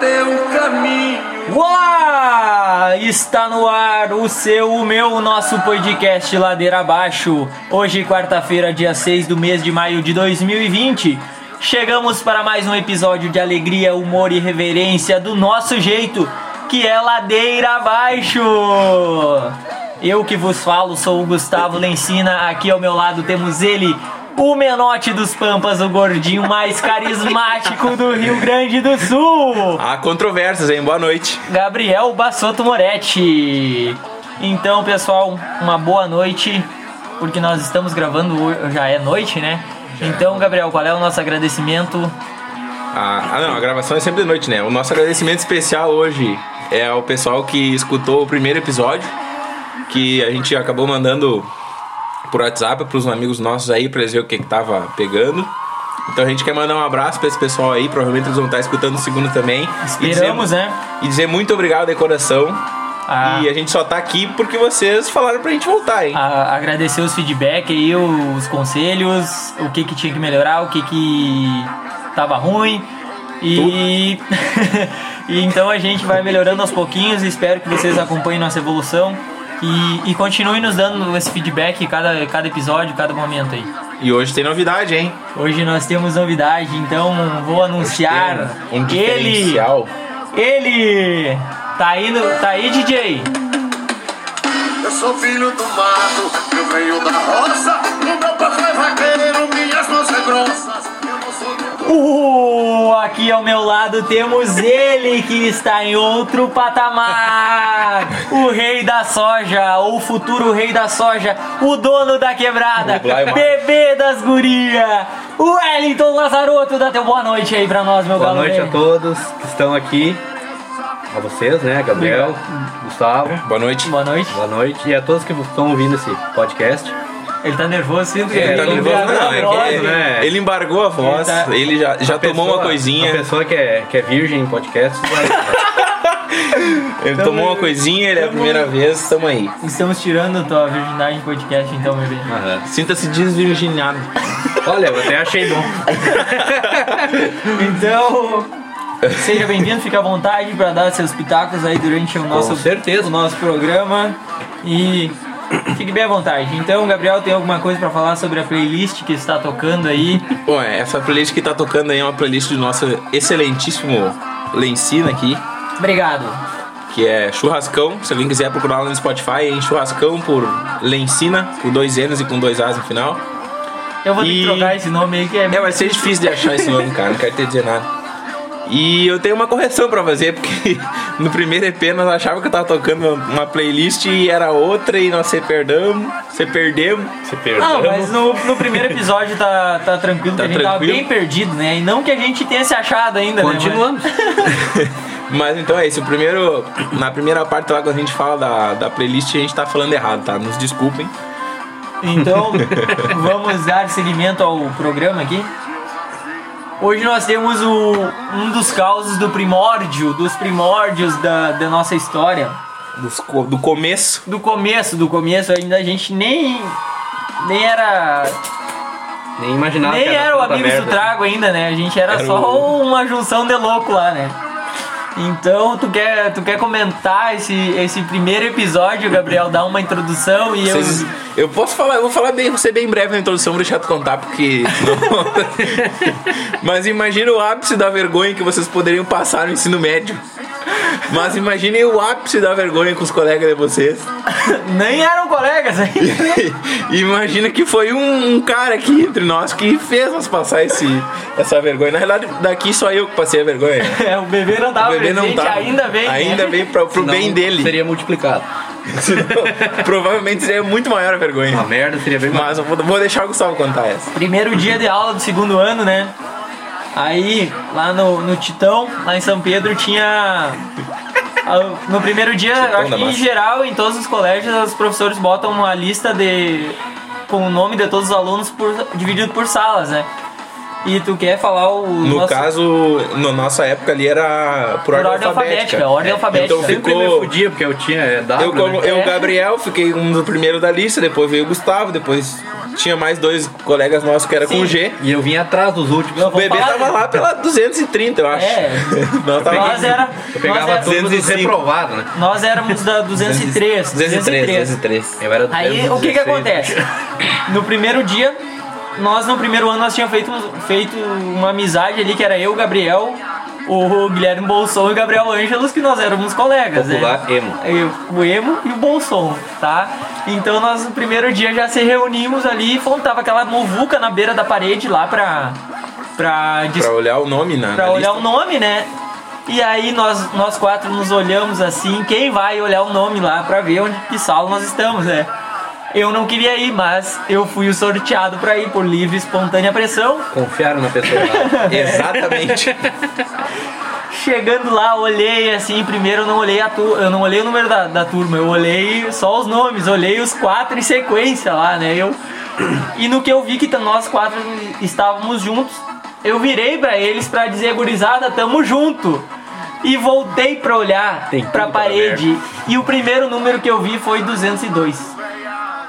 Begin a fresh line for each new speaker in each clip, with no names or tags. teu caminho.
Uá! Está no ar o seu, o meu, o nosso podcast Ladeira Abaixo. Hoje, quarta-feira, dia 6 do mês de maio de 2020. Chegamos para mais um episódio de alegria, humor e reverência do nosso jeito, que é Ladeira Abaixo. Eu que vos falo sou o Gustavo Lencina, aqui ao meu lado temos ele, o menote dos Pampas, o gordinho mais carismático do Rio Grande do Sul.
Há controvérsias, hein? Boa noite.
Gabriel Bassotto Moretti. Então, pessoal, uma boa noite, porque nós estamos gravando, ho- já é noite, né? Então, Gabriel, qual é o nosso agradecimento?
Ah, ah, não, a gravação é sempre de noite, né? O nosso agradecimento especial hoje é ao pessoal que escutou o primeiro episódio, que a gente acabou mandando por WhatsApp para os amigos nossos aí para eles verem o que, que tava pegando. Então a gente quer mandar um abraço para esse pessoal aí, provavelmente eles vão estar escutando o segundo também. E dizer-
Esperamos, né?
E dizer muito obrigado de coração.
Ah.
E a gente só tá aqui porque vocês falaram pra gente voltar, hein?
A- agradecer os feedback aí, os conselhos, o que que tinha que melhorar, o que que tava ruim. E... e então a gente vai melhorando aos pouquinhos, espero que vocês acompanhem nossa evolução. E, e continuem nos dando esse feedback cada, cada episódio, cada momento aí.
E hoje tem novidade, hein?
Hoje nós temos novidade, então vou anunciar
Tem um
ele.
diferencial.
Ele tá aí, no, tá aí DJ.
Eu sou filho do mato, eu venho da roça. O meu pai foi vaqueiro, minhas mãos são grossas. Eu não sou do
Uh, aqui ao meu lado temos ele que está em outro patamar. O rei da soja, o futuro rei da soja, o dono da quebrada,
O Blay Marx.
bebê das guria. O Wellington Lazaroto, dá teu boa noite aí pra nós, meu
Boa
galo
noite a
velho.
todos que estão aqui. A vocês, né? Gabriel, Gustavo.
Boa noite.
Boa noite.
Boa noite. E a todos que estão ouvindo esse podcast.
Ele tá nervoso, sinto que
Ele tá
não
nervoso,
gravou
não,
a
é
voz,
que ele,
né?
né?
ele embargou a voz,
Ele
ele,
tá-
já, já tomou uma
A
coisinha,
pessoa que é, que é virgem em podcast. vai-
ele tomou uma coisinha, ele é a primeira vez, tamo aí.
Estamos tirando tua virgindade de podcast, então, bebê.
Aham.
Sinta-se desvirginado.
Olha, eu até achei bom.
Então, seja bem-vindo, fique à vontade para dar seus pitacos aí durante o nosso,
certeza.
o nosso programa. E fique bem à vontade. Então, Gabriel, tem alguma coisa para falar sobre a playlist que está tocando aí?
Bom, é, essa playlist que tá tocando aí é uma playlist do nosso excelentíssimo Lencina aqui,
Obrigado.
que é Churrascão. Se alguém quiser procurar lá no Spotify, é em Churrascão por Lencina, com dois N's e com dois A's no final.
Eu vou ter que
E-
trocar esse nome aí que é.
É, vai ser difícil de achar esse nome, cara. Não quero te dizer nada. E eu tenho uma correção pra fazer, porque no primeiro EP nós achava que eu tava tocando uma playlist e era outra e nós se perdamos, se perdemos.
Você perdeu.
Não, mas no, no primeiro episódio tá, tá tranquilo,
Tá
que a gente tava
tranquilo.
bem perdido, né? E não que a gente tenha se achado ainda, né?
Continuamos.
Mas então é isso, o primeiro, na primeira parte lá quando a gente fala da, da playlist a gente tá falando errado, tá? Nos desculpem.
Então, vamos dar seguimento ao programa aqui. Hoje nós temos o, um dos causos do primórdio, dos primórdios da, da nossa história.
Dos co- do começo.
Do começo, do começo ainda a gente nem. Nem era.
Nem imaginava.
nem
que
era o
tanta
Amigos do
merda.
Trago ainda, né? A gente era,
assim. Era
só
o-
uma junção de louco lá, né? Então, tu quer, tu quer comentar esse, esse primeiro episódio, Gabriel? Dar uma introdução e
Vocês-
eu.
eu posso falar, eu vou falar bem, vou ser bem breve na introdução, vou deixar tu contar, porque. senão- Mas imagina o ápice da vergonha que vocês poderiam passar no ensino médio. Mas imaginem o ápice da vergonha com os colegas de vocês.
Nem eram colegas ainda.
E imagina que foi um, um cara aqui entre nós que fez nós passar esse, essa vergonha. Na realidade, daqui só eu que passei a vergonha.
É, o bebê não
O
tava
bebê não
presente,
tá.
ainda bem. né?
Ainda bem pra, pro
Senão
bem dele.
Seria multiplicado.
Senão, provavelmente seria muito maior a
Uma
vergonha.
merda seria bem
Mas eu vou, vou deixar o Gustavo contar essa.
Primeiro dia de aula do segundo ano, né? Aí, lá no, no Titão, lá em São Pedro, tinha. a- No primeiro dia, eu acho
da
que em
massa.
geral, em todos os colégios, os professores botam uma lista de. com o nome de todos os alunos por- dividido por salas, né? E tu quer falar o.
No
nosso-
caso, na nossa época ali era por, ordem, alfabética.
ordem alfabética.
Então
Sempre me
ficou.
fudia, porque eu tinha é, W,
Eu, como,
né?
eu,
É.
Gabriel, fiquei um dos primeiros da lista, depois veio o Gustavo, depois tinha mais dois colegas nossos que era com
Sim.
G.
E eu vim atrás dos últimos.
Eu
O bebê
falar-
tava lá pela 230, eu acho.
É.
Nós tava
Nós é- era.
Eu
Nós,
é
pegava
era-
todos os
205.
reprovados, né?
nós éramos da 203.
203, 203.
Eu era
Aí
eu era
o que que
16, né?
acontece? No primeiro dia, nós no primeiro ano nós tínhamos feito, um, feito uma amizade ali que era eu, o Gabriel, o Guilherme Bolson e o Gabriel Ângelos, que nós éramos colegas,
Popular
né?
emo.
Eu- O Emo e o Bolson, tá? Então nós no primeiro dia já se reunimos ali e fontava aquela muvuca na beira da parede lá pra. pra dis-
Pra olhar o nome na,
pra
na
olhar
lista.
o nome, né? E aí nós, nós quatro nos olhamos assim, quem vai olhar o nome lá pra ver onde que sala nós estamos, né? Eu não queria ir, mas eu fui o sorteado pra ir por livre e espontânea pressão.
Confiaram na pessoa lá.
Exatamente.
Chegando lá, olhei assim, primeiro eu não olhei a tu, eu não olhei o número da, da turma, eu olhei só os nomes, olhei os quatro em sequência lá, né? Eu E no que eu vi que t- nós quatro estávamos juntos, eu virei pra eles pra dizer, gurizada, tamo junto. E voltei pra olhar
Tem
pra
tudo pra
parede. E o primeiro número que eu vi foi 202.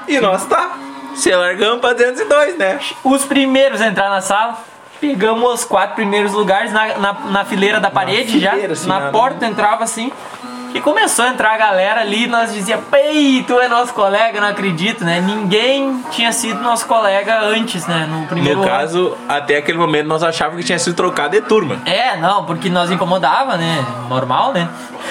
e nós tá. Se largamos pra 202, né?
Os primeiros a entrar na sala, pegamos os quatro primeiros lugares na, na, na fileira da parede já.
fileira, assim,
na
na-
porta entrava assim. E começou a entrar a galera ali, nós dizia, pei, tu é nosso colega, não acredito, né? Ninguém tinha sido nosso colega antes, né? No primeiro
No
ano.
caso, até aquele momento nós achávamos que tinha sido trocado de turma.
É, não, porque nós incomodava, né? Normal, né?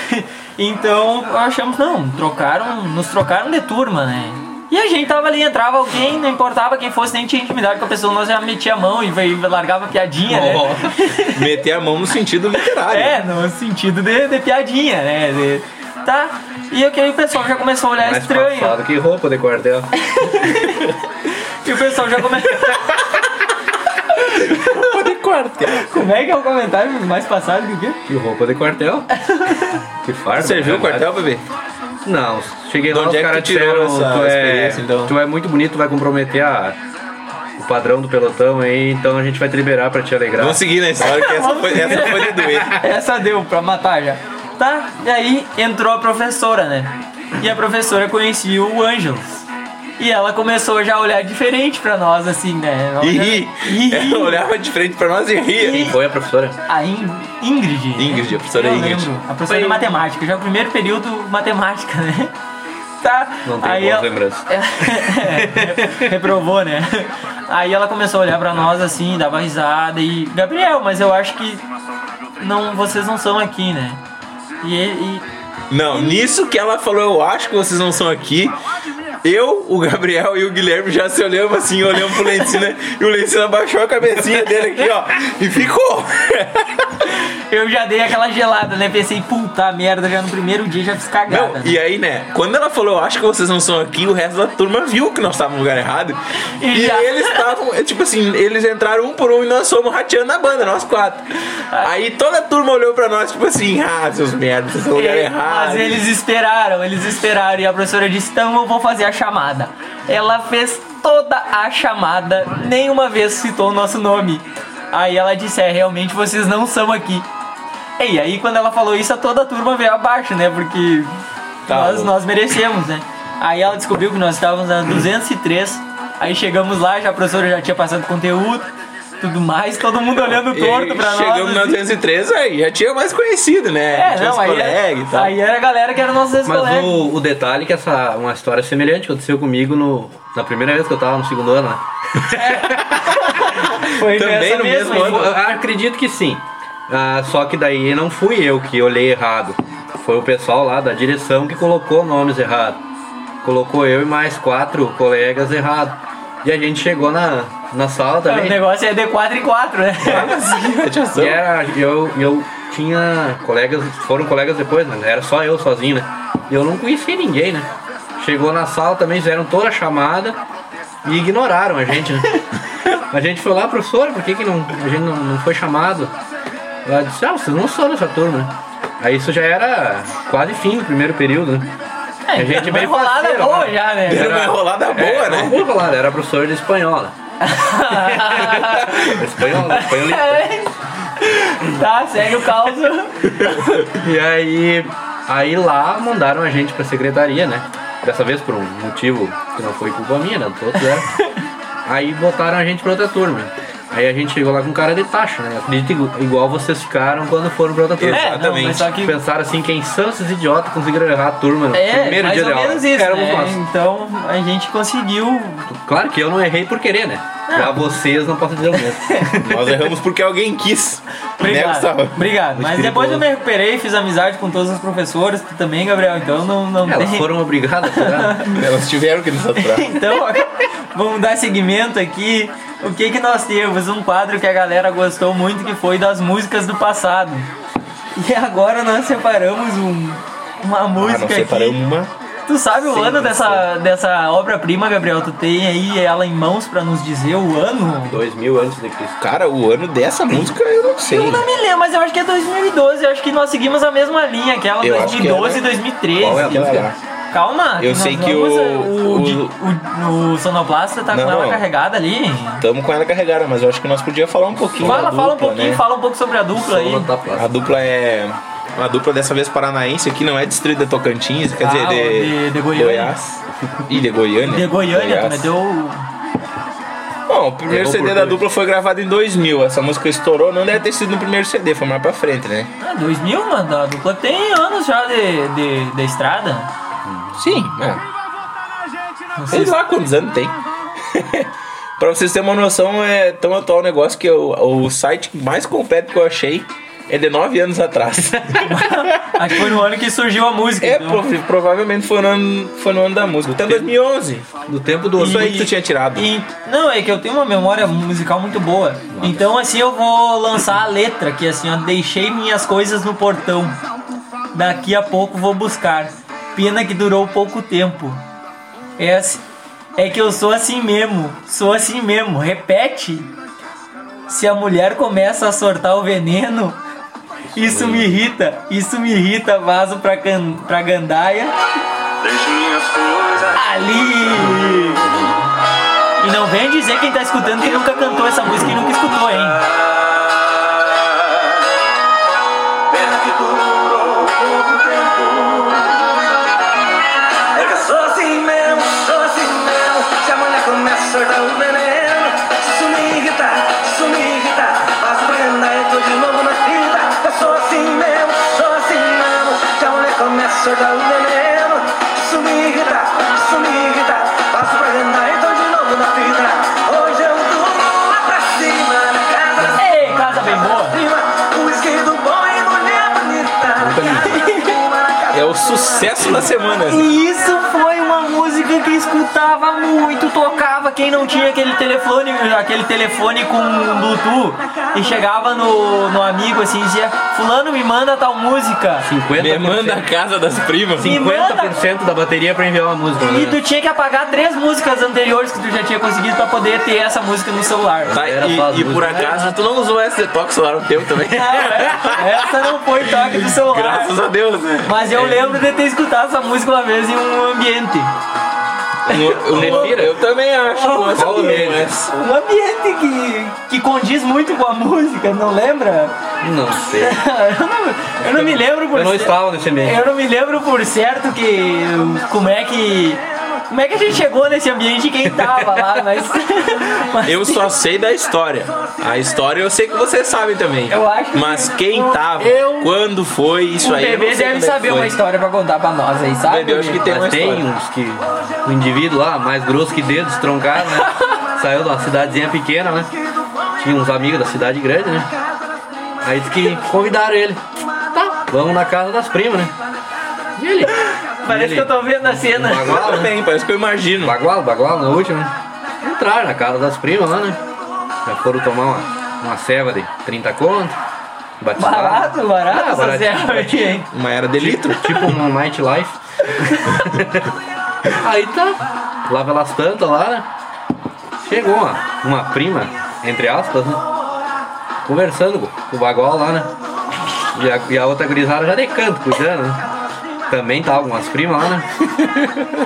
então achamos, não, trocaram, nos trocaram de turma, né? E a gente tava ali, entrava alguém, não importava quem fosse, nem tinha intimidade com a pessoa, nós já metia a mão e veio- largava piadinha, né?
Meter a mão no sentido literário.
É, no sentido de, de piadinha, né? De- tá? E eu que aí o pessoal já começou a olhar
Mais
estranho.
passado que roupa de quartel.
E o pessoal já começou.
de quartel.
Como é que é o comentário mais passado que o quê?
Que roupa de quartel. Que farda.
Você viu o
né?
quartel, bebê?
Não, cheguei
De
lá,
onde
os
é que
caras
tu tirou
disseram,
essa
tu é,
experiência, então?"
tu é muito bonito, vai comprometer a- o padrão do pelotão aí, então a gente vai te liberar pra te alegrar.
Vamos seguir na história, que essa foi, essa foi de doer.
Essa deu pra matar já. Tá? E aí entrou a professora, né? E a professora conhecia o Ângelos. E ela começou já a olhar diferente pra nós, assim, né? Ela
E
já-
ri.
E ri.
Ela olhava de frente pra nós e ria.
Quem foi a professora?
A In- Ingrid. né?
Ingrid, a professora
Eu
Ingrid.
Lembro. A professora de matemática, já é o primeiro período matemática, né? Tá.
Não tem
aí
boas
ela...
lembranças.
É, reprovou, né? Aí ela começou a olhar pra nós assim, dava risada e. Gabriel, mas eu acho que não, vocês não são aqui, né? E, e-
Não, nisso que ela falou, eu acho que vocês não são aqui. Eu, o Gabriel e o Guilherme já se olhamos assim, olhamos pro Lencina e o Lencina baixou a cabecinha dele aqui, ó, e ficou.
eu já dei aquela gelada, né? Pensei, puta merda, já no primeiro dia já fiz cagada.
Não,
né?
e aí, né? Quando ela falou, eu acho que vocês não são aqui, o resto da turma viu que nós estávamos no lugar errado.
E
E,
já-
eles estavam, é, tipo assim, eles entraram um por um e nós fomos rateando a banda, nós quatro. Aí toda a turma olhou pra nós, tipo assim, ah, seus merdas, vocês estão no lugar
É,
errado.
Mas eles esperaram, eles esperaram. E a professora disse: então eu vou fazer a chamada. Ela fez toda a chamada, nenhuma vez citou o nosso nome. Aí ela disse: é, realmente vocês não são aqui. E aí, quando ela falou isso, a toda a turma veio abaixo, né? Porque
Tá
nós,
louco.
nós merecemos, né? Aí ela descobriu que nós estávamos na 203. Aí chegamos lá, já a professora já tinha passado conteúdo, tudo mais, todo mundo olhando
E
torto pra nós.
Chegamos na
assim.
203, aí já tinha mais conhecido, né?
É,
tinha os
não, aí
colegas e
era,
tal.
aí era a galera que era nossos ex-colegas.
Mas o, o detalhe é que essa uma história semelhante aconteceu comigo no, na primeira vez que eu tava no segundo ano, né?
Foi
Também
nessa
no
mesma,
mesmo
hein?
ano?
Eu acredito que sim. Ah, só que daí não fui eu que olhei errado. Foi o pessoal lá da direção que colocou nomes errados. Colocou eu e mais quatro colegas errado. E a gente chegou na, na sala
É,
Ah,
O
também.
negócio é de 4 em 4, né?
E era, eu, eu tinha colegas, foram colegas depois, né? Era só eu sozinho, né? E eu não conhecia ninguém, né? Chegou na sala também, fizeram toda a chamada e ignoraram a gente, né? A gente foi lá, professor, por que, que não, a gente não, não foi chamado? Ela disse, ah, vocês não são dessa turma, né? Aí isso já era quase fim do primeiro período, né? A gente
Uma
bem
enrolada
parceiro,
boa
né?
já, né?
Era uma enrolada boa,
É,
né?
não vou falar, era professor de espanhol, né? Espanhol, espanhol.
tá, segue o caos.
E aí, aí lá mandaram a gente pra secretaria, né? Dessa vez por um motivo que não foi culpa minha, né? Todos eram. Aí botaram a gente pra outra turma. Aí a gente chegou lá com cara de taxa, né? Acredito igu- igual vocês ficaram quando foram pra outra turma.
É,
Exatamente.
Não, mas só que
Pensaram assim, quem são esses idiotas que conseguiram errar a turma no
é,
primeiro
mais
dia de
ou
aula?
menos isso,
Éramos
né?
nós.
Então a gente conseguiu.
Claro que eu não errei por querer, né? Já vocês não posso dizer o mesmo.
Nós erramos porque alguém quis. Né,
Obrigado.
Gustavo?
Obrigado. Mas
Espírito-
depois eu me recuperei, fiz amizade com todos os professores, tu também, Gabriel. Então não, não
Elas
tem.
foram obrigadas a tirar.
Elas tiveram que nos aturar.
Então, vamos dar seguimento aqui. O que que nós temos? Um quadro que a galera gostou muito, que foi das músicas do passado. E agora nós separamos um- uma
Ah,
música
nós
aqui.
separamos uma.
Tu sabe o ano dessa, dessa obra-prima, Gabriel? Tu tem aí ela em mãos pra nos dizer o ano?
Dois mil antes de Cristo.
Cara, o ano dessa música eu não sei.
Eu não me lembro, mas eu acho que é 2012. Eu acho que nós seguimos a mesma linha, aquela
Eu acho que
2012 e
era-
2013.
Qual é a música?
Calma,
Eu
nós
sei que
vamos- eh,
o-
O,
o-
de- o- o sonoplasta tá com
Não,
ela
não.
carregada ali.
Tamo com ela carregada, mas eu acho que nós podíamos falar um pouquinho.
Fala,
da
fala um
dupla,
pouquinho,
né?
fala um pouco sobre a dupla aí.
Solo da plaza.
A dupla é. Uma dupla dessa vez paranaense aqui, não é distrito de Tocantins, quer
Ah,
dizer,
de-
de,
de Goiânia.
Goiás. E de Goiânia.
De Goiânia, tu
Goiás.
meteu. né,
Bom, o primeiro
Errou
CD
por
da
dois.
dupla foi gravado em 2000. Essa música estourou, não deve ter sido no primeiro CD, foi mais pra frente, né?
Ah, 2000, mano. A dupla tem anos já de, de, de estrada.
Sim, é. Sei lá quantos anos tem. pra vocês terem uma noção, é tão atual o negócio que eu- o site mais completo que eu achei é de 9 anos atrás.
Acho que foi no ano que surgiu a música.
é,
então.
prov- provavelmente foi no, ano, foi no ano da música. Até 2011.
Do tempo do
Isso
outro.
aí que tu tinha tirado.
E- não, é que eu tenho uma memória musical muito boa. Então, assim, eu vou lançar a letra que assim, ó, deixei minhas coisas no portão. Daqui a pouco vou buscar. Pena que durou pouco tempo. É, assim- é que eu sou assim mesmo, sou assim mesmo. Repete. Se a mulher começa a soltar o veneno, isso me irrita, isso me irrita. Vaso pra, can, pra gandaia.
Deixe minhas coisas.
Ali! E não vem dizer quem tá escutando que nunca cantou essa música e nunca escutou, hein?
Pena que durou pouco tempo. É que eu sou assim mesmo, sou assim mesmo. Se a mulher começa a dar um veneno, isso me irrita, isso me irrita. As prenda eu tô de novo na fita. Eu sou assim mesmo, sou assim mesmo. Se a mulher começa a dar um veneno, isso me irrita, isso me irrita. As prenda eu tô de novo na fita. Hoje eu durmo lá pra cima, na casa da
Ei, casa bem boa!
É o sucesso da semana. né?
E isso foi uma música que escutava muito, tocava quem não tinha aquele telefone, aquele telefone com um Bluetooth e chegava no, no amigo assim e dizia, fulano me manda tal música.
50%,
Me manda a casa das primas.
Sim.
50% da bateria pra enviar uma música.
E
Né?
tu tinha que apagar três músicas anteriores que tu já tinha conseguido pra poder ter essa música no celular.
Tá,
Era
e,
só as
e por
músicas.
acaso tu não usou esse detox lá no teu também?
Não, É, essa não foi toque do celular.
Graças a Deus, né?
Mas eu lembro de ter escutado essa música uma vez em um ambiente.
Eu, eu, eu também acho.
Oh,
mas
qual
eu-
deles?
Um ambiente que, que condiz muito com a música, não lembra?
Não sei.
Eu não, eu não me lembro por
Eu não
cer-
estava nesse meio.
Eu não me lembro por certo que. como é que. Como é que a gente chegou nesse ambiente e quem tava lá, mas. mas
Eu só sei da história. A história eu sei que vocês sabem também.
Eu acho que-
Mas quem
eu-
tava,
eu-
quando foi, isso
o
aí. eu
bebê
não sei
deve
quando é que
saber
foi.
uma história pra contar pra nós aí, sabe?
bebê, eu acho que
bebê?
tem uma
Mas tem
história.
uns que. Um indivíduo lá, mais grosso que dedos, troncado, né? Saiu de uma cidadezinha pequena, né? Tinha uns amigos da cidade grande, né? Aí disse que convidaram ele. Tá, vamos na casa das primas, né? E ele?
Parece que eu tô vendo a cena.
Ah,
Bagual, né?
também, parece que eu imagino.
Bagual, bagual, na última, né? Entraram na casa das primas lá, né? Já foram tomar uma, uma ceva de 30 conto. batizado.
Barato, barato,
Ah,
essa
baratinho,
serva aí, hein?
Uma era de litro.
Tipo uma Night Life. Aí tá. Lá pelas tantas lá, né? Chegou uma, uma prima, entre aspas, né? Conversando com com o Bagol lá, né? E a, e a outra gurizada já de canto, cuidando, né? Também tá algumas primas lá, né?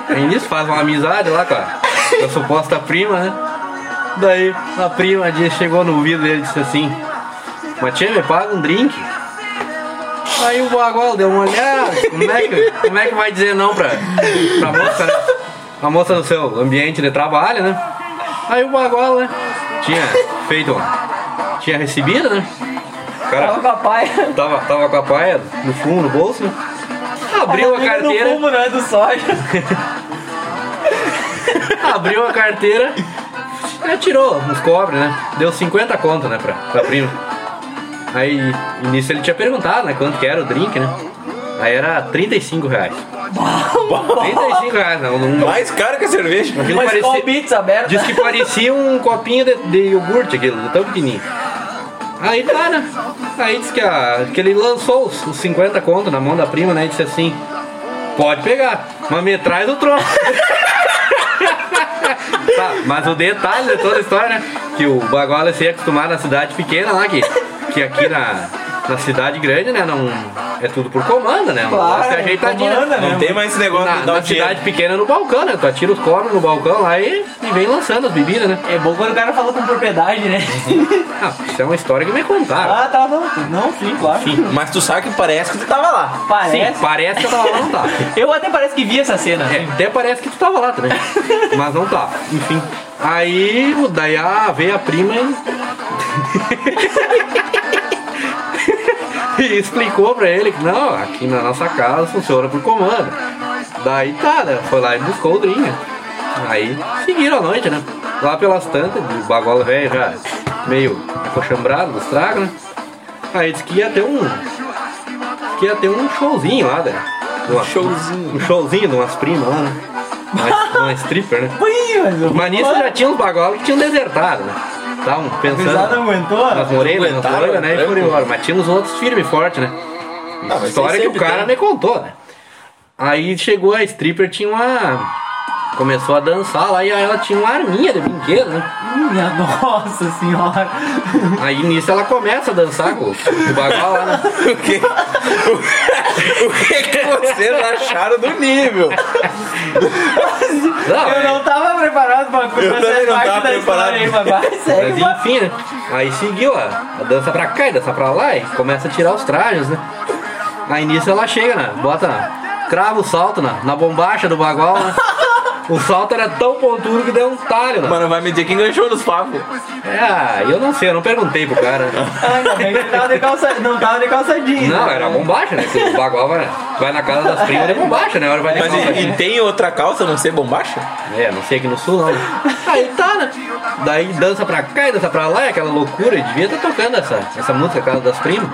Aí nisso faz uma amizade lá com a, com a suposta prima, né? Daí a prima de- chegou no ouvido dele e disse assim, Matia, me paga um drink. Aí o Bagual deu uma olhada, como é que, como é que vai dizer não pra, pra moça, né? A moça do seu ambiente de trabalho, né? Aí o Bagual, né? Tinha feito. Tinha recebido, né? O
Tava
cara
com a paia.
tava, tava com a paia no fumo, no bolso, né? Abriu a
Amigo
carteira.
Do fumo, não é do soja.
Abriu a carteira, aí tirou uns cobres, né? Deu 50 conto, né, pra, pra prima. Aí, e nisso ele tinha perguntado, né, quanto que era o drink, né? Aí era 35 reais. 35 reais, não. não
Mais caro que a cerveja.
aquilo
Mas com
parecia,
o Beats aberto.
diz que parecia um copinho de, de iogurte aquilo, de tão pequenininho. Aí tá, né? Aí disse que, a- que ele lançou os, os 50 conto na mão da prima, né? E disse assim, pode pegar, mas me traz o troço. Tá, mas o detalhe de toda a história, né? Que o Baguala se ia acostumar na cidade pequena lá, que, que aqui na, na cidade grande, né? Não, é tudo por comando, né? Um negócio é
Claro,
ajeitadinho.
comanda, né?
Não tem mais esse negócio de
Na,
dar
na
o dinheiro.
cidade pequena no balcão, né? Tu atira os cobres no balcão lá e, e vem lançando as bebidas, né?
É bom quando o cara fala com propriedade, né?
Ah, isso é uma história que me contaram.
ah, tá, não. Não, sim, claro.
Mas tu sabe que parece que tu tava lá.
Parece.
Sim, Ah, parece que eu tava lá, não tá.
Eu até parece que vi essa cena. assim.
É, até parece que tu tava lá também. Mas não tá. Enfim. Aí o- daí a, veio a prima e. e explicou pra ele que não, aqui na nossa casa funciona por comando. Daí tá, né? Foi lá e buscou o drink. né? Aí seguiram a noite, né? Lá pelas tantas, o bagola velho já meio acochambrado dos tragos, né? Aí disse que ia ter um. Que ia ter um showzinho lá, né? Um
showzinho.
Um showzinho de umas primas lá, né? Uma, uma stripper, né?
Ui, mas o
Mas nisso já tinha uns bagolas que tinham desertado, né? Estavam
Pesado
pensando
aguentou?
nas orelhas, nas
é um Aguentaram,
orelhas, né? E
tranquilo.
foram embora. Mas tinha uns outros firme e forte, né?
Ah, mas
História
aí
que o
sempre
cara
tem.
me contou, né? Aí chegou a stripper, tinha uma. Começou a dançar lá e aí ela tinha uma arminha de brinquedo, né?
Minha nossa senhora.
Aí nisso ela começa a dançar com o bagual lá, né?
O que, o que que vocês acharam do nível?
Não,
Eu
é-
não tava preparado pra
Eu
pra
também
ser
não
parte
tava
da história aí, mas é
preparado.
vai,
Mas
segue. vai.
enfim, né? Aí seguiu a, a dança pra cá e dança pra lá e começa a tirar os trajes, né? Aí nisso ela chega, né? Bota, crava o salto né? na, na bombacha do bagual, né? O salto era tão pontudo que deu um talho, né?
Mano, vai me dizer que enganchou nos papos.
É, eu não sei, eu não perguntei pro cara. né?
Ainda bem que ele tava de calça- Não tava de calçadinho.
Não, era a bombacha, né? Que o bagual vai, vai na casa das primas de bombacha, né? A hora vai de
Mas
calça
e, e
jeans.
tem outra calça, a não ser bombacha?
É, não sei aqui no sul não. né? Aí tá, né? Daí dança pra cá e dança pra lá, é aquela loucura, eu devia estar tocando essa, essa música, Casa das Primas.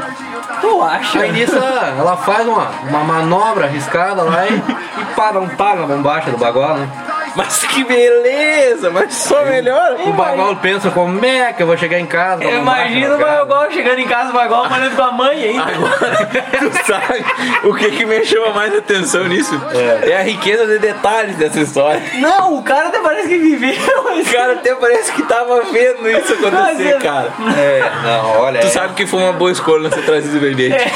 Tu acha?
Aí nisso ela, ela faz uma, uma manobra arriscada lá e, e para um pá na bombacha do bagual, né?
Mas que beleza, mas só melhor.
O bagual pensa como é que eu vou chegar em casa. com a
Eu
bombacha
imagino o
na cara?"
Bagol chegando em casa, o Bagol falando com a mãe ainda.
Agora, tu sabe o que que me chama mais atenção nisso? É. a riqueza de detalhes dessa história.
Não, o cara até parece que viveu
O
isso.
cara até parece que tava vendo isso acontecer, cara.
É, não, olha.
Tu
é-
sabe que foi uma boa escolha você trazer esse vermelho.
é,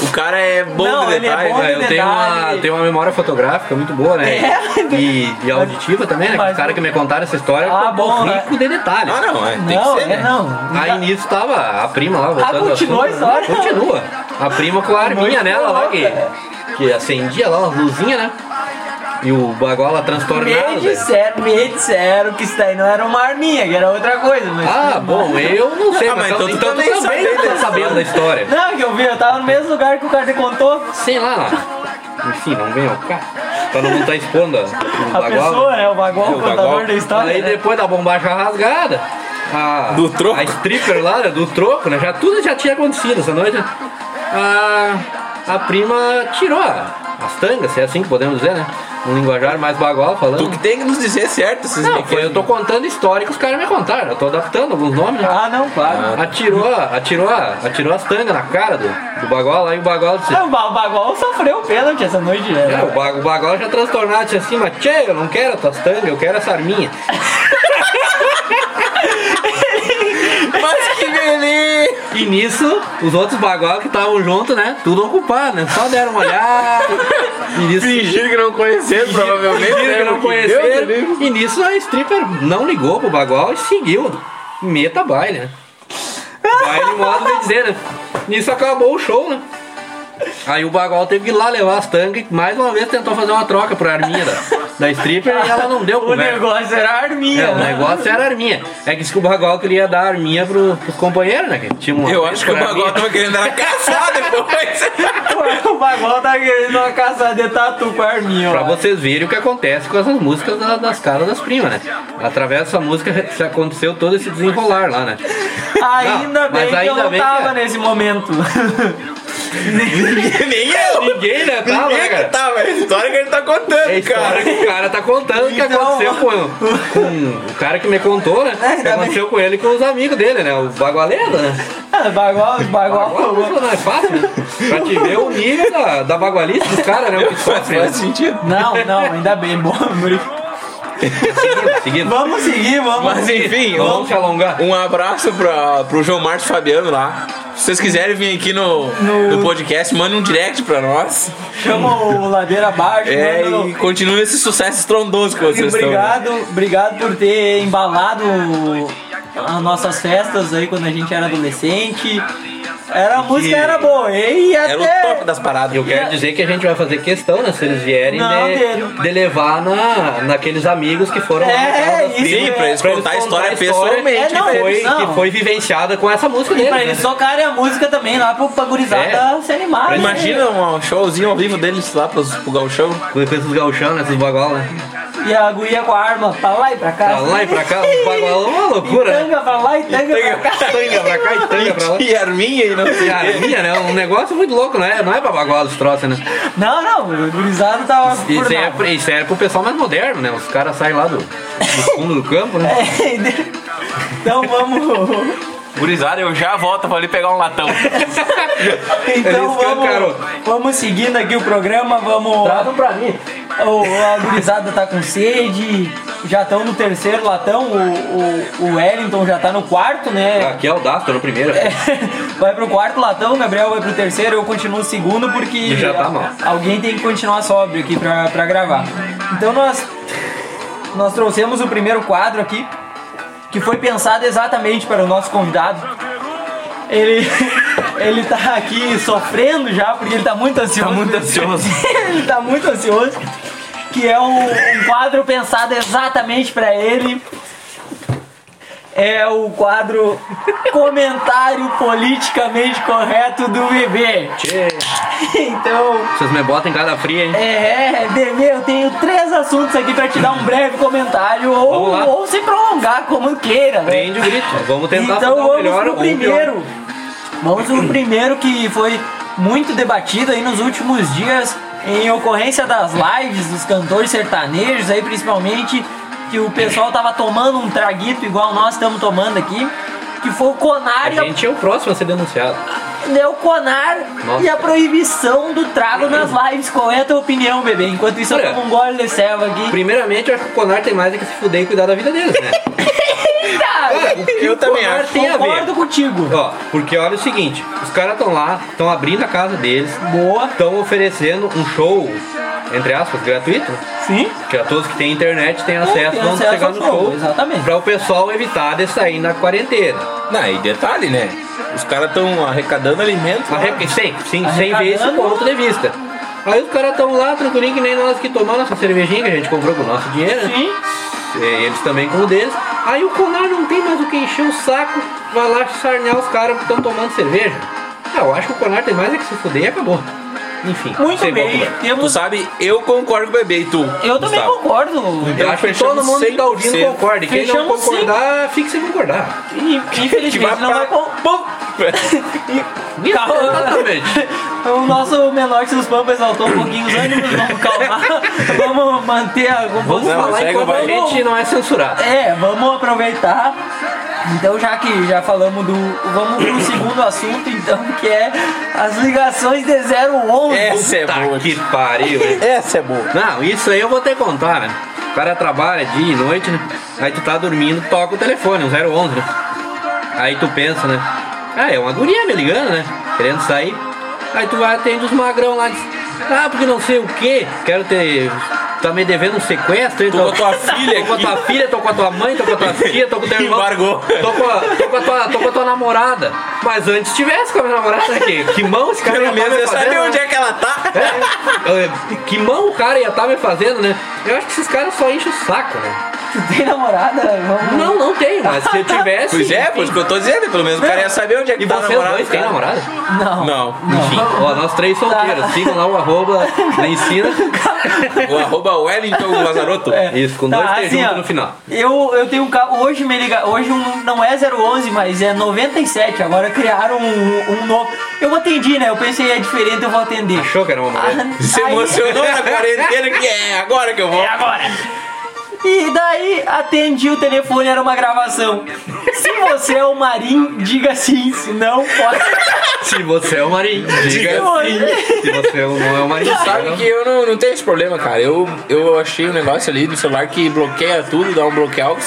O cara é bom
Não,
de
ele é
detalhes.
bom de
né?
Eu tenho uma,
Verdade.
tenho uma memória fotográfica muito boa, né?
É.
E, e auditiva também, né? Que
Mas-
Os caras que me contaram essa história
Ah,
eu tô
bom, né?
rico de detalhes.
Ah, não, é, tem
Não,
que ser,
é
né?
não.
Aí nisso tava a prima lá, voltando ao
Ah, continua
assunto,
a
né?
história?
Continua. A prima com a arminha
Noite
nela lá, que,
louca.
que acendia lá umas luzinhas, né? E o bagual lá transtornado.
Me
velho.
disseram, me disseram que isso daí não era uma arminha, que era outra coisa. Mas
Ah, bom, eu não sei,
Ah,
mas
mas
então,
então tu
então tu
também
também
sabe,
tá
né?
sabendo da história.
Não, que eu vi, eu tava no mesmo lugar que o cara te contou.
Sei lá. Enfim, não vem ao caso. Pra não estar expondo a- o
A
bagual. É,
pessoa, né? O Bagol,
O
o contador
bagual.
da história.
Aí
né?
depois da bombacha rasgada. A,
Do troco.
A stripper lá, né, do troco, né? Já, tudo já tinha acontecido essa noite. né? A, a prima tirou a- as tangas, se é assim que podemos dizer, né? Um linguajar mais bagual falando.
Tu que tem que nos dizer certo esses
Não, foi,
brinquedos.
eu tô contando história que os caras me contaram. Eu tô adaptando alguns nomes, né?
Ah, não, claro.
Atirou, atirou, atirou as tangas na cara do, do Bagola, aí o Bagola disse.
Ah, o Ba- o Bagol sofreu o pênalti essa noite,
É,
né?
o, Ba- o Bagola já transtornado, disse assim, mas tchê, eu não quero as tuas tangas, eu quero essa arminha.
Mas que beleza!
E nisso, os outros Bagola que estavam junto, né, tudo ocupado, né, só deram uma olhada. E nisso,
Fingir que não conheceram, provavelmente.
fingiram
né?
que não
Porque Deus
conheceram.
me livre.
E nisso a stripper não ligou pro Bagola e seguiu. Meta baile, né. Baile modo de dizer, né. Nisso acabou o show, né. Aí o Bagual teve que ir lá levar as tangas e mais uma vez tentou fazer uma troca pro Arminha da, da stripper e ela não deu
O
conversa.
negócio era a arminha,
É, o
né?
negócio era a arminha. É que disse que o Bagual queria dar arminha pro, pros companheiros, né? que Tinha uma
Eu acho que o tá- Bagó tava querendo ela caçar depois.
Ué, O bagulho tá querendo uma caçada de tatu com a arminha, ó.
Pra vocês verem o que acontece com essas músicas da- das caras das primas, né? Através dessa música se aconteceu todo esse desenrolar lá, né?
Ainda
Não, mas
bem que eu
ainda
não
bem
tava
que- é.
nesse momento.
Nem eu.
Ninguém, né? Tava, né,
Ninguém Tá que
cara?
tava. É a história que ele tá contando,
É a história
cara.
que o cara tá contando que
Então-
aconteceu com, com o cara que me contou, né?
É,
que
ainda
aconteceu com ele e com os amigos dele, né? O Bagualeda, né?
Ah, Bagual,
Agora
bagual.
não é fácil, né? Pra te ver o nível da, da bagualice dos caras, né? O que sofre, né?
Faz sentido.
Não, não, ainda bem, bom, Murilo.
Seguindo, seguindo.
Vamos seguir, vamos.
Mas enfim,
Não
um,
Vamos se alongar.
um abraço pra, pro João Marcos Fabiano lá. Se vocês quiserem vir aqui no,
No-
no... podcast, manda um direct pra nós.
Chama o ladeira abaixo,
É,
manda o-
e continue esse sucesso estrondoso que
E
vocês estão.
obrigado, obrigado por ter embalado as nossas festas aí quando a gente era adolescente. Era, a música era boa, e até.
Era É o top das paradas.
Eu quero dizer que a gente vai fazer questão, né? Se eles vierem,
É. Não,
de,
dele.
de levar na, naqueles amigos que foram lá na
É,
casa das
isso.
primas,
Sim,
pra eles contar a história
pessoalmente,
que,
É, não,
foi,
eles não.
que foi vivenciada com essa música né?
E
dele.
pra eles tocarem a música também lá pro pagurizada se animar. né?
Imagina um showzinho ao vivo deles lá pros, pro Galchão.
Com esses gauchão, né? Esses bagual, né?
E a guria com a arma pra lá e pra cá.
Pra lá e pra cá, o bagual é uma
E
loucura, né?
tanga pra lá e tanga, pra cá.
Tanga pra cá e tanga pra lá.
E Arminha e não sei.
E a arminha, né? Um negócio muito louco, não é? Não é pra bagual esse troço, né?
Não, não, o gurizado tava por
Isso é,
nada.
pro- isso é pro pessoal mais moderno, né? Os caras saem lá do, do fundo do campo, né?
É, Então vamos.
Gurizada, eu já volto pra ali pegar um latão.
Então
Eles cantaram.
vamos, vamos seguindo aqui o programa, vamos.
Tratam um pra mim.
O, a gurizada tá com sede, já estão no terceiro latão, o, o, o Wellington já tá no quarto, né?
Aqui é o Dasto, no primeiro.
É. Vai pro quarto latão, o Gabriel vai pro terceiro, eu continuo segundo porque
Já tá mal.
alguém tem que continuar sóbrio aqui pra, pra gravar. Então nós, nós trouxemos o primeiro quadro aqui, que foi pensado exatamente para o nosso convidado. Ele, ele tá aqui sofrendo já, porque ele tá muito ansioso.
Tá muito ansioso.
ele tá muito ansioso. Que é um, um quadro pensado exatamente pra ele. É o quadro Comentário Politicamente Correto do bebê.
Tchê.
Então,
Vocês me botam em cada fria, hein?
é, bebê, eu tenho três assuntos aqui pra te dar um breve comentário ou,
Vamos lá.
ou se prolongar como queira, né?
Prende o grito. Vamos tentar
Então
fazer o
vamos
melhor.
pro
ou o pior.
primeiro. Vamos pro primeiro que foi muito debatido aí nos últimos dias em ocorrência das lives dos cantores sertanejos aí principalmente que o pessoal tava tomando um traguito igual nós estamos tomando aqui, que foi o
A
Conar e a
gente é o próximo a ser denunciado.
né, o Conar
Nossa.
e a proibição do trago nas lives. Qual é a tua opinião, bebê? Enquanto isso, eu
Olha.
tomo um gole de selva aqui.
Primeiramente, eu acho que o Conar tem mais é que se fuder e cuidar da vida deles, né?
Eita!
Eu também
Conar
acho.
tem a
Concordo
ver.
contigo.
Ó, porque olha o seguinte, os caras estão lá, estão abrindo a casa deles,
Boa.
estão oferecendo um show, entre aspas, gratuito,
Sim.
que a todos que têm internet têm acesso,
tem
vão
acesso
chegar
ao
no
show,
show,
exatamente.
para o pessoal evitar de sair na quarentena.
Não, e detalhe, né? Os caras estão arrecadando alimento. lá.
Arre... Sim, sim, sem ver esse
Arrecadando.
ponto de vista. Aí os caras estão lá, tranquilinho, que nem nós que tomamos nossa cervejinha, que a gente comprou com o nosso dinheiro, né?
Sim.
E eles também com o deles. Aí o Conar não tem mais o que encher o saco, vai lá sarnear os caras que estão tomando cerveja. Ah, eu acho que o Conar tem mais é que se fuder e acabou. Enfim,
Muito
sem
bem.
volta.
Tu
Temos...
sabe, eu concordo com o bebê e tu.
Eu também
Gustavo?
concordo.
Eu acho que todo
fechamos
mundo que tá ouvindo
100%.
concorda. E quem não
Fechamos
concordar, fique sem concordar.
E,
Que
infelizmente
vai
não vai
pra...
com...
Pum!
E- Calma.
Exatamente.
O nosso menor que os pampas exaltou um pouquinho os ânimos, vamos calmar. vamos manter a
Vamos
composição.
Não,
falar
segue o
enquanto a
baile.
gente não é censurado.
É, vamos aproveitar. Então, já que já falamos do. Vamos pro segundo assunto, então, que é as ligações de 011.
Essa é
Tá
boa.
que pariu, hein?
Essa é boa.
Não, isso aí eu vou ter que contar, né? O cara trabalha dia e noite, né? Aí tu tá dormindo, toca o telefone, um 011, né? Aí tu pensa, né? Ah, é uma guria me ligando, né? Querendo sair. Aí tu vai atende os magrão lá. diz, Ah, porque não sei o que, quero ter tá me devendo um sequestro, hein?
Tô com a tua filha
Tô com a tua
aqui.
filha, tô com a tua mãe, tô com a tua tia, tô com o teu irmão.
Embargou.
Tô com a, tô com a, tua, tô com a tua namorada. Mas antes tivesse com a minha namorada aqui. Que mão esse cara ia
Pelo
tá
menos
me
eu
fazendo,
sabia onde
né?
é que ela tá.
É, Que mão o cara ia estar me fazendo, né? Eu acho que esses caras só enchem o saco, né?
Tu tem namorada? Vamos...
Não, não tenho, mas se eu tivesse.
Pois é,
enfim.
pois que eu tô dizendo, pelo menos o cara ia saber onde é que
E
tá a
vocês
namorada
dois
do
têm
cara.
namorada?
Não.
Não.
Enfim, ó, nós três solteiros. Sigam lá o arroba na ensina.
O arroba Wellington Lazaroto.
Isso, com dois
Tá,
T
assim,
junto
ó,
no final.
Eu, eu tenho um carro. Hoje me liga. Hoje um- não é 011, mas é 97. Agora criaram um, um novo. Eu atendi, né? Eu pensei é diferente, eu vou atender.
Achou que era uma mulher?
Se
Aí-
emocionou na quarentena que é agora que eu vou.
É agora! E daí atendi o telefone, era uma gravação. Se você é o Marim, diga sim, se não, pode.
Se você é o marinho, diga
sim.
Se você não é o marinho,
Sabe
sabe
que eu não, não tenho esse problema, cara. Eu, eu achei um negócio ali no celular que bloqueia tudo, dá um blockout.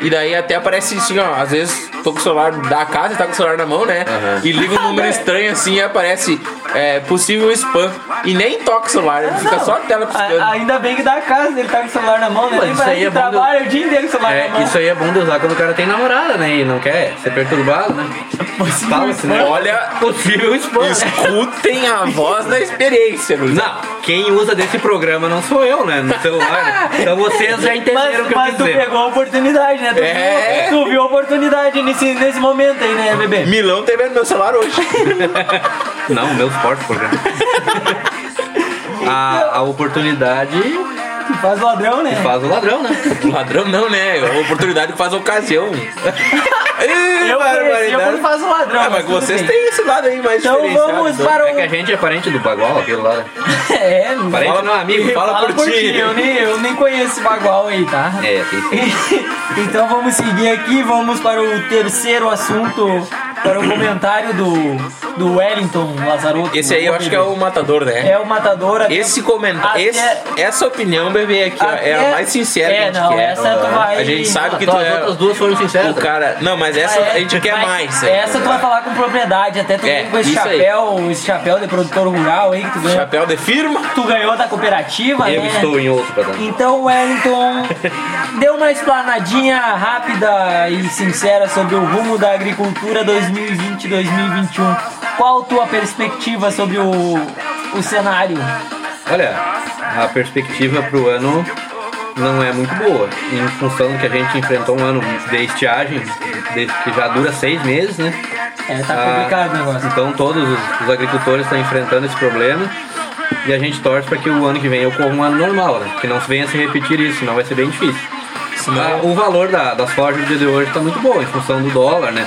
E daí até aparece assim, ó. Às vezes tô com o celular da casa, tá com o celular na mão, né? E liga um número estranho assim e aparece é, possível spam. E nem toca o celular, ele fica
Não.
só a tela piscando.
A- ainda bem que dá a casa, ele tá com o celular na mão, né?
Mas
Ele
isso aí é bom
trabalha o dia inteiro com o celular na mão.
É, isso aí é bom de usar quando o cara tem namorada, né? E não quer ser perturbado, né? Fala assim, né?
Olha,
possível spam.
escutem a voz da experiência, Luiz.
Não, quem usa desse programa não sou eu, né? No celular. né? Então vocês já entenderam o
Mas,
que eu
mas
quis
tu
dizer.
pegou a oportunidade, né? Tu,
É.
viu, tu viu a oportunidade nesse, nesse momento aí, né, bebê?
Milão teve no meu celular hoje.
Não, meu forte programa. A, a oportunidade
Que faz ladrão, né?
faz o ladrão, né?
Ladrão não, né? É uma oportunidade que faz ocasião.
Eu conheci, eu quando faço ladrão.
Ah, mas
tudo
vocês
bem.
têm esse lado aí mais
Então
diferenciado,
vamos
né?
para o...
É que a gente é parente do Bagual, aquele lá. né?
É, não
Parente
Fala-
não, amigo.
fala por ti.
Eu nem, eu nem conheço esse bagual aí, tá?
É, tem que
então vamos seguir aqui, vamos para o terceiro assunto, para o comentário do, do Wellington Lazarotto.
Esse aí eu acho que é o matador, né?
É o matador. até-
Esse comentário,
até-
esse- essa opinião, bebê, aqui, ó, é
até-
a mais sincera
É,
que a gente
não,
quer.
essa tu vai-
A gente sabe que tu
As
é
outras duas foram
o
sinceras. né?
cara... Não, mas essa a gente quer
É, mas
mais. né?
Essa tu vai falar com propriedade, até tu
É,
vem com esse
isso aí.
chapéu, esse chapéu de produtor rural aí que tu ganhou.
Chapéu de firma.
Tu ganhou da cooperativa,
Eu
é.
né?
estou em outro padrão.
Então, Wellington, deu uma explanadinha rápida e sincera sobre o rumo da agricultura 2020-2021. Qual a tua perspectiva sobre o, o cenário?
Olha, a perspectiva para o ano não é muito boa, em função que a gente enfrentou um ano de estiagem, de- que já dura seis meses, né?
É, tá
Ah,
complicado o negócio.
Então todos os, os agricultores estão enfrentando esse problema e a gente torce para que o ano que vem ocorra um ano normal, né? Que não venha a se repetir isso, senão vai ser bem difícil. Ah, o valor da, da soja no dia de hoje está muito bom em função do dólar, né?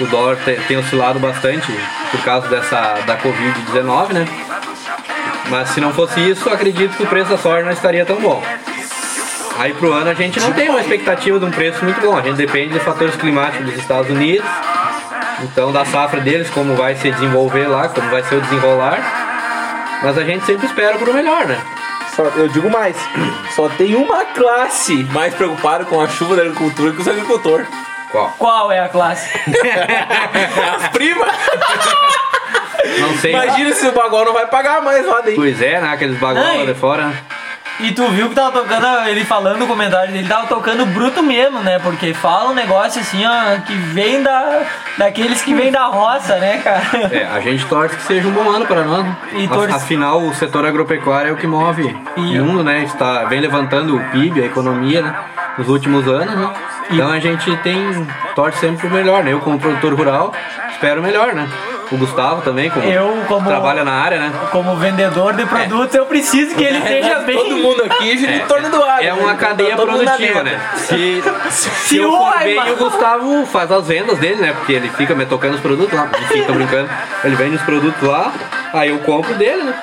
O dólar te- tem, oscilado bastante por causa dessa da Covid-19, né? Mas se não fosse isso, acredito que o preço da soja não estaria tão bom. Aí pro ano a gente não tem uma expectativa de um preço muito bom. A gente depende de fatores climáticos dos Estados Unidos, então da safra deles, como vai se desenvolver lá, como vai ser o desenrolar. Mas a gente sempre espera pro melhor, né?
eu digo mais. Só tem uma classe mais preocupada com a chuva da agricultura que os agricultores.
Qual?
Qual é a classe?
As primas.
Não sei.
Imagina se o bagulho não vai pagar mais roda aí.
Pois é, né? Aqueles bagulho lá de fora.
E tu viu que tava tocando, ele falando o comentário dele, tava tocando bruto mesmo, né? Porque fala um negócio assim, ó, que vem da. daqueles que vem da roça, né, cara?
É, a gente torce que seja um bom ano para nós. né?
E
Af-
torce-
Afinal, o setor agropecuário é o que move
E-
o mundo, né? Está vem levantando o PIB, a economia, né? Nos últimos anos, né? Então a gente tem torce sempre o melhor, né? Eu como produtor rural espero o melhor, né? O Gustavo também, como,
Eu, como-
trabalha na área, né?
Como vendedor de produtos, eu preciso que ele esteja bem.
É. Todo mundo aqui gira em torno do ar.
É
né?
uma
Então,
Tá
cadeia
todo mundo na
produtiva,
merda.
né? Se, se,
Se
eu
um
for
vai
bem,
mal.
o Gustavo faz as vendas dele, né? Porque ele fica me tocando os produtos lá. Enfim, tô brincando. Ele vende os produtos lá, aí eu compro dele, né?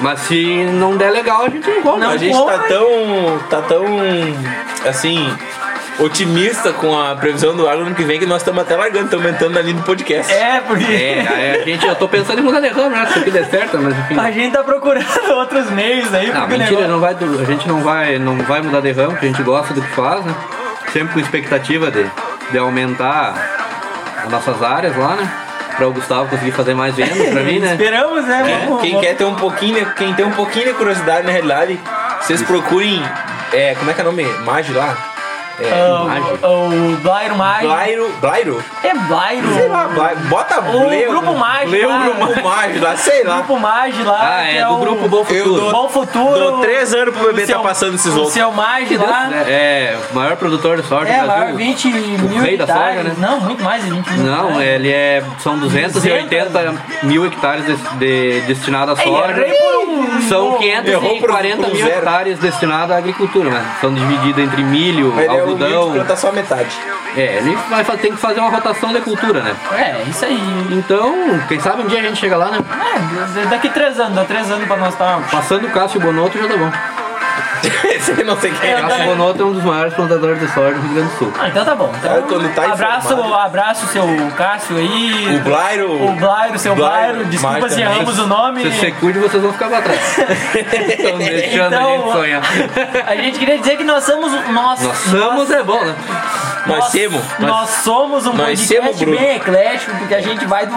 Mas se não der legal, a gente não compra.
Não.
A gente
compra.
tá tão. tá tão. assim. otimista com a previsão do agro ano que vem que nós estamos até largando, estamos aumentando ali no podcast.
É, porque.
É, aí a gente, eu tô pensando em mudar de ramo, né? Se aqui der certo, mas enfim.
A gente tá procurando outros meios aí,
Não,
porque o
mentira,
negócio-
não vai, do- a gente não vai, não vai mudar de ramo, porque a gente gosta do que faz, né? Sempre com expectativa de, de aumentar as nossas áreas lá, né? Pra o Gustavo conseguir fazer mais vendas pra mim, né?
Esperamos, né?
É,
Vamos-
Quem
vamos-
quer ter um pouquinho, de- quem tem um pouquinho de curiosidade na realidade, Vocês procurem. É, como é que é o nome? Mage lá? É,
Ah,
Imagem.
o, o Blairo Mag.
Blairo. Blairo?
É Blairo.
Sei lá, Blairo. Bota
O grupo Mage
Lê o
lá.
grupo Mage lá, sei lá.
Grupo Mag lá.
Ah,
que
é do
o
grupo Bom Futuro.
Eu dou-
Bom Futuro.
Dou três anos pro bebê
O seu-
tá passando esses
O
loucos. né?
seu Mag lá.
É, o maior produtor de soja
É,
do
lá
Brasil.
20 mil
rei da
hectares.
soja, né?
Não, muito mais de 20 mil
Não,
hectares.
ele é. São 280 mil hectares de, de- destinado à
Ei,
soja.
errei por um-
São
Errou por um-
540
por um
mil
zero.
hectares destinados à agricultura, né? São divididos entre milho,
Mas ele é humilde,
algodão.
planta só a metade.
É, ele vai, fa- tem que fazer uma rotação de cultura, né?
É, isso aí.
Então, quem sabe um dia a gente chega lá, né?
É, daqui três anos, dá três anos pra nós estar.
Passando o Cássio Bonotto já tá bom.
Esse aí não sei quem
É,
é.
Cássio Bonotto é um dos maiores plantadores de soja do Rio Grande do Sul.
Ah, então tá bom. Então,
Ah, quando tá
abraço,
informado.
abraço seu Cássio aí.
O Blairo.
O Blairo, seu
Blairo,
Blairo. Desculpa
Marta
se erramos
Mendes.
o nome.
Se né? você cuide, vocês vão ficar pra trás. Estão deixando
Então,
a gente sonhar.
a gente queria dizer que nós somos. Nós,
Nós somos é bom, né?
Nós semos.
Nós, somos um
nós semos,
podcast
Bruno.
bem eclético, porque a gente vai do,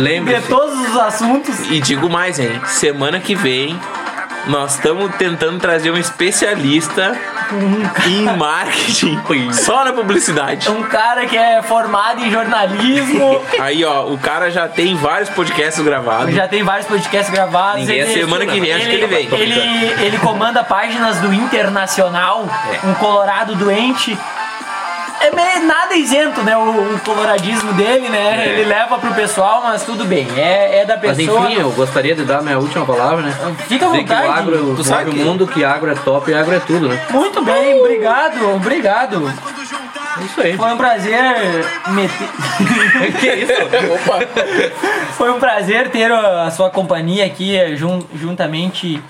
Lembre-se.
de todos os assuntos.
E digo mais, hein? Semana que vem nós estamos tentando trazer um especialista em marketing só na publicidade.
Um cara que é formado em jornalismo,
Aí, ó, o cara já tem vários podcasts gravados.
já tem vários podcasts gravados.
Ninguém é
ele-
Semana que vem, acho que ele vem.
Ele, ele comanda páginas do Internacional,
É.
um colorado doente. É meio nada isento, né? O, o coloradismo dele, né?
É.
Ele leva pro pessoal, mas tudo bem. É, é da
Mas
pessoa.
enfim, eu gostaria de dar minha última palavra, né?
Fica à
Dizer que o
vontade.
agro move
sabe
o
que-
mundo, que agro é top e agro é tudo, né?
Muito bem, obrigado, obrigado.
É isso aí.
Foi um prazer meter.
É que isso?
Opa!
Foi um prazer ter a a sua companhia aqui eh, jun- juntamente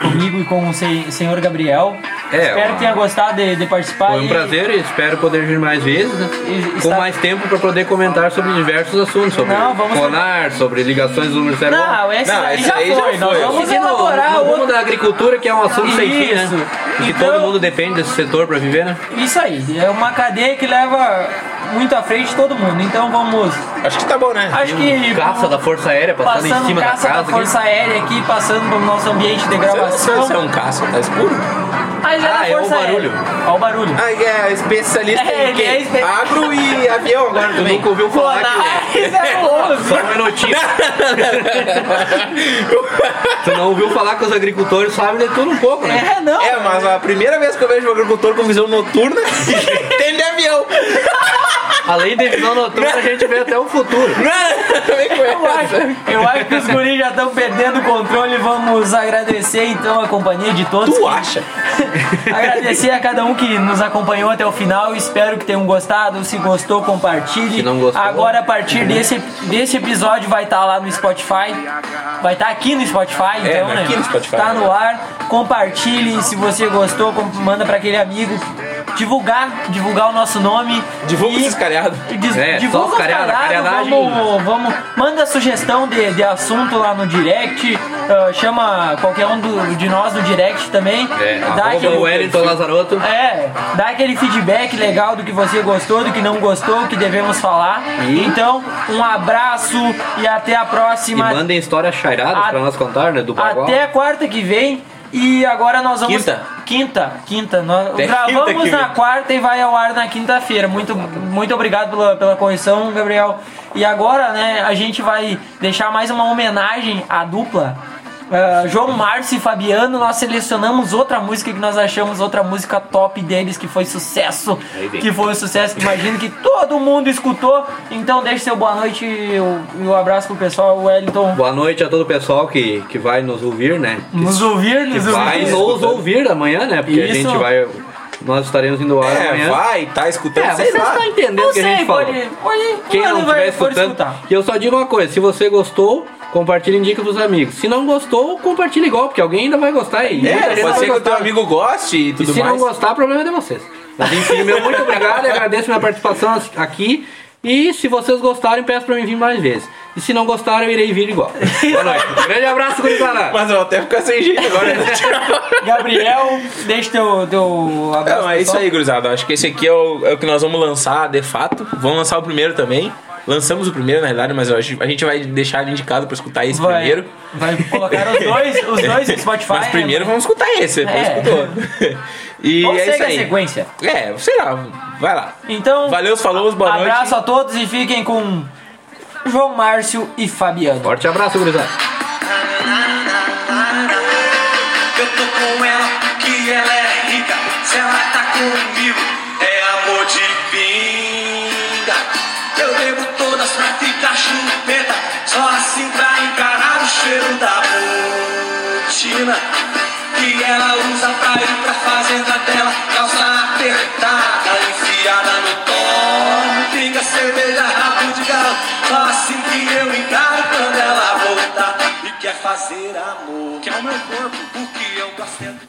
comigo e com o se- senhor Gabriel.
É,
Espero
uma-
que tenha gostado de, de participar.
Foi um
e-
prazer e espero poder vir mais vezes, né?
E-
Com
está-
mais tempo para poder comentar sobre diversos assuntos, sobre
Não, vamos-
Conar, sobre ligações do Ministério Público.
Não, esse
Não,
aí
esse
já,
aí já
foi. Nós
foi.
vamos
Porque no-
elaborar
no, mundo
outro.
da agricultura, que é um assunto sem fim, né?
Isso.
E que
Então-
todo mundo depende desse setor para viver, né?
Isso aí. É uma cadeia que leva muito à frente todo mundo. Então vamos.
Acho que tá bom, né?
Acho que.
Caça da Força Aérea passando,
Passando
em cima da
caça
casa.
da,
aqui.
Força Aérea aqui, passando pelo nosso ambiente de
Será que Isso é
gravação.
um caça, tá escuro?
Mas é da
Ah, é o
Força Aérea.
barulho.
Olha o barulho.
Ah, é especialista
É,
em
ele
quê?
é espe-
Agro e avião agora
Tu
também.
nunca ouviu
Pô,
falar que...
nariz é louco.
Só um minutinho. tu não ouviu falar que os agricultores sabem de tudo um pouco, né?
É, não.
É, mas a primeira vez que eu vejo um agricultor com visão noturna, entende avião.
Além de visão noturna, a gente vê até o futuro.
é
Eu acho, eu acho que os guris já estão perdendo o controle. Vamos agradecer então a companhia de todos.
Tu acha?
Agradecer a cada um que nos acompanhou até o final. Espero que tenham gostado. Se gostou, compartilhe.
Se não gostou-
Agora, a partir desse, desse episódio, vai estar lá no Spotify. Vai estar aqui no Spotify,
É,
então, né?
aqui no Spotify.
Tá no ar. Compartilhe. Se você gostou, com- manda para aquele amigo. Divulgar, divulgar o nosso nome.
Divulga
E-
esses cariados.
Diz,
É,
divulga
só
os
cariada,
cariados,
cariadagem.
vamos, vamos, manda sugestão de, de assunto lá no direct, ah, chama qualquer um do- de nós no direct também.
É,
dá,
arroba
aquele,
o Wellington Lazaroto.
é, dá aquele feedback legal do que você gostou, do que não gostou, que devemos falar.
E?
Então, um abraço e até a
E
próxima.
mandem histórias chairadas
A-
pra nós contar, né? Do Bagual.
Até quarta que vem. E agora nós vamos.
Quinta?
Quinta, quinta. Nós
Até
gravamos
quinta que
na
vem.
quarta e vai ao ar na quinta-feira. Muito, muito obrigado pela, pela correção, Gabriel. E agora, né, a gente vai deixar mais uma homenagem à dupla. Ah, João Márcio e Fabiano, nós selecionamos outra música que nós achamos outra música top deles, que foi sucesso.
Aí vem.
Que foi um sucesso que imagino que todo mundo escutou. Então deixe seu boa noite e o- e um abraço pro pessoal, Wellington.
Boa noite a todo o pessoal que, que vai nos ouvir, né?
Nos ouvir,
Que
nos
vai
ouvir.
nos ouvir amanhã, né? Porque a
Isso.
gente vai... Nós estaremos indo ao ar
É,
amanhã.
vai, tá escutando,
É,
sei
vocês
lá.
estão entendendo o que a gente falou.
pode, pode,
Quem não
pode- vai-
estiver
pode
escutando, e eu só digo uma coisa, se você gostou, compartilha e indica pros amigos. Se não gostou, compartilha igual, porque alguém ainda vai gostar aí.
É, pode ser que o teu amigo goste e
E
tudo
se não
mais.
gostar, o problema é de vocês. Mas enfim, meu muito obrigado e agradeço minha participação aqui. E se vocês gostarem, peço pra mim vir mais vezes. E se não gostarem, eu irei vir igual. Boa noite. Grande abraço, gurizada.
Mas eu vou até ficar sem jeito agora. né?
Gabriel, deixa teu, teu abraço.
Não, é isso
pessoal.
aí, gurizada. Acho que esse aqui é o, é o que nós vamos lançar, de fato. Vamos lançar o primeiro também. Lançamos o primeiro, na realidade, mas eu acho- a gente vai deixar ele indicado pra escutar esse
Vai,
primeiro.
vai colocar os dois, os dois no Spotify.
Mas
né?
primeiro vamos escutar esse, depois
É.
escutou. E
Ou
é
segue
isso
a
aí.
sequência.
É, sei lá, vai lá.
Então,
Valeu, falou, boa noite.
abraço a todos e fiquem com João Márcio e Fabiano.
Forte abraço, gurizada.
Eu tô com ela porque ela é rica. Se ela tá comigo, é amor de pinga. Eu bebo todas pra ficar chupeta. Só assim pra encarar o cheiro da botina. Que ela usa pra ir pra fazenda dela. Calça apertada, enfiada no tom. Pinga, cerveja, rabo de galo. Só assim que eu encaro quando ela voltar. E quer fazer amor. Que é o meu corpo, o que eu gosto é-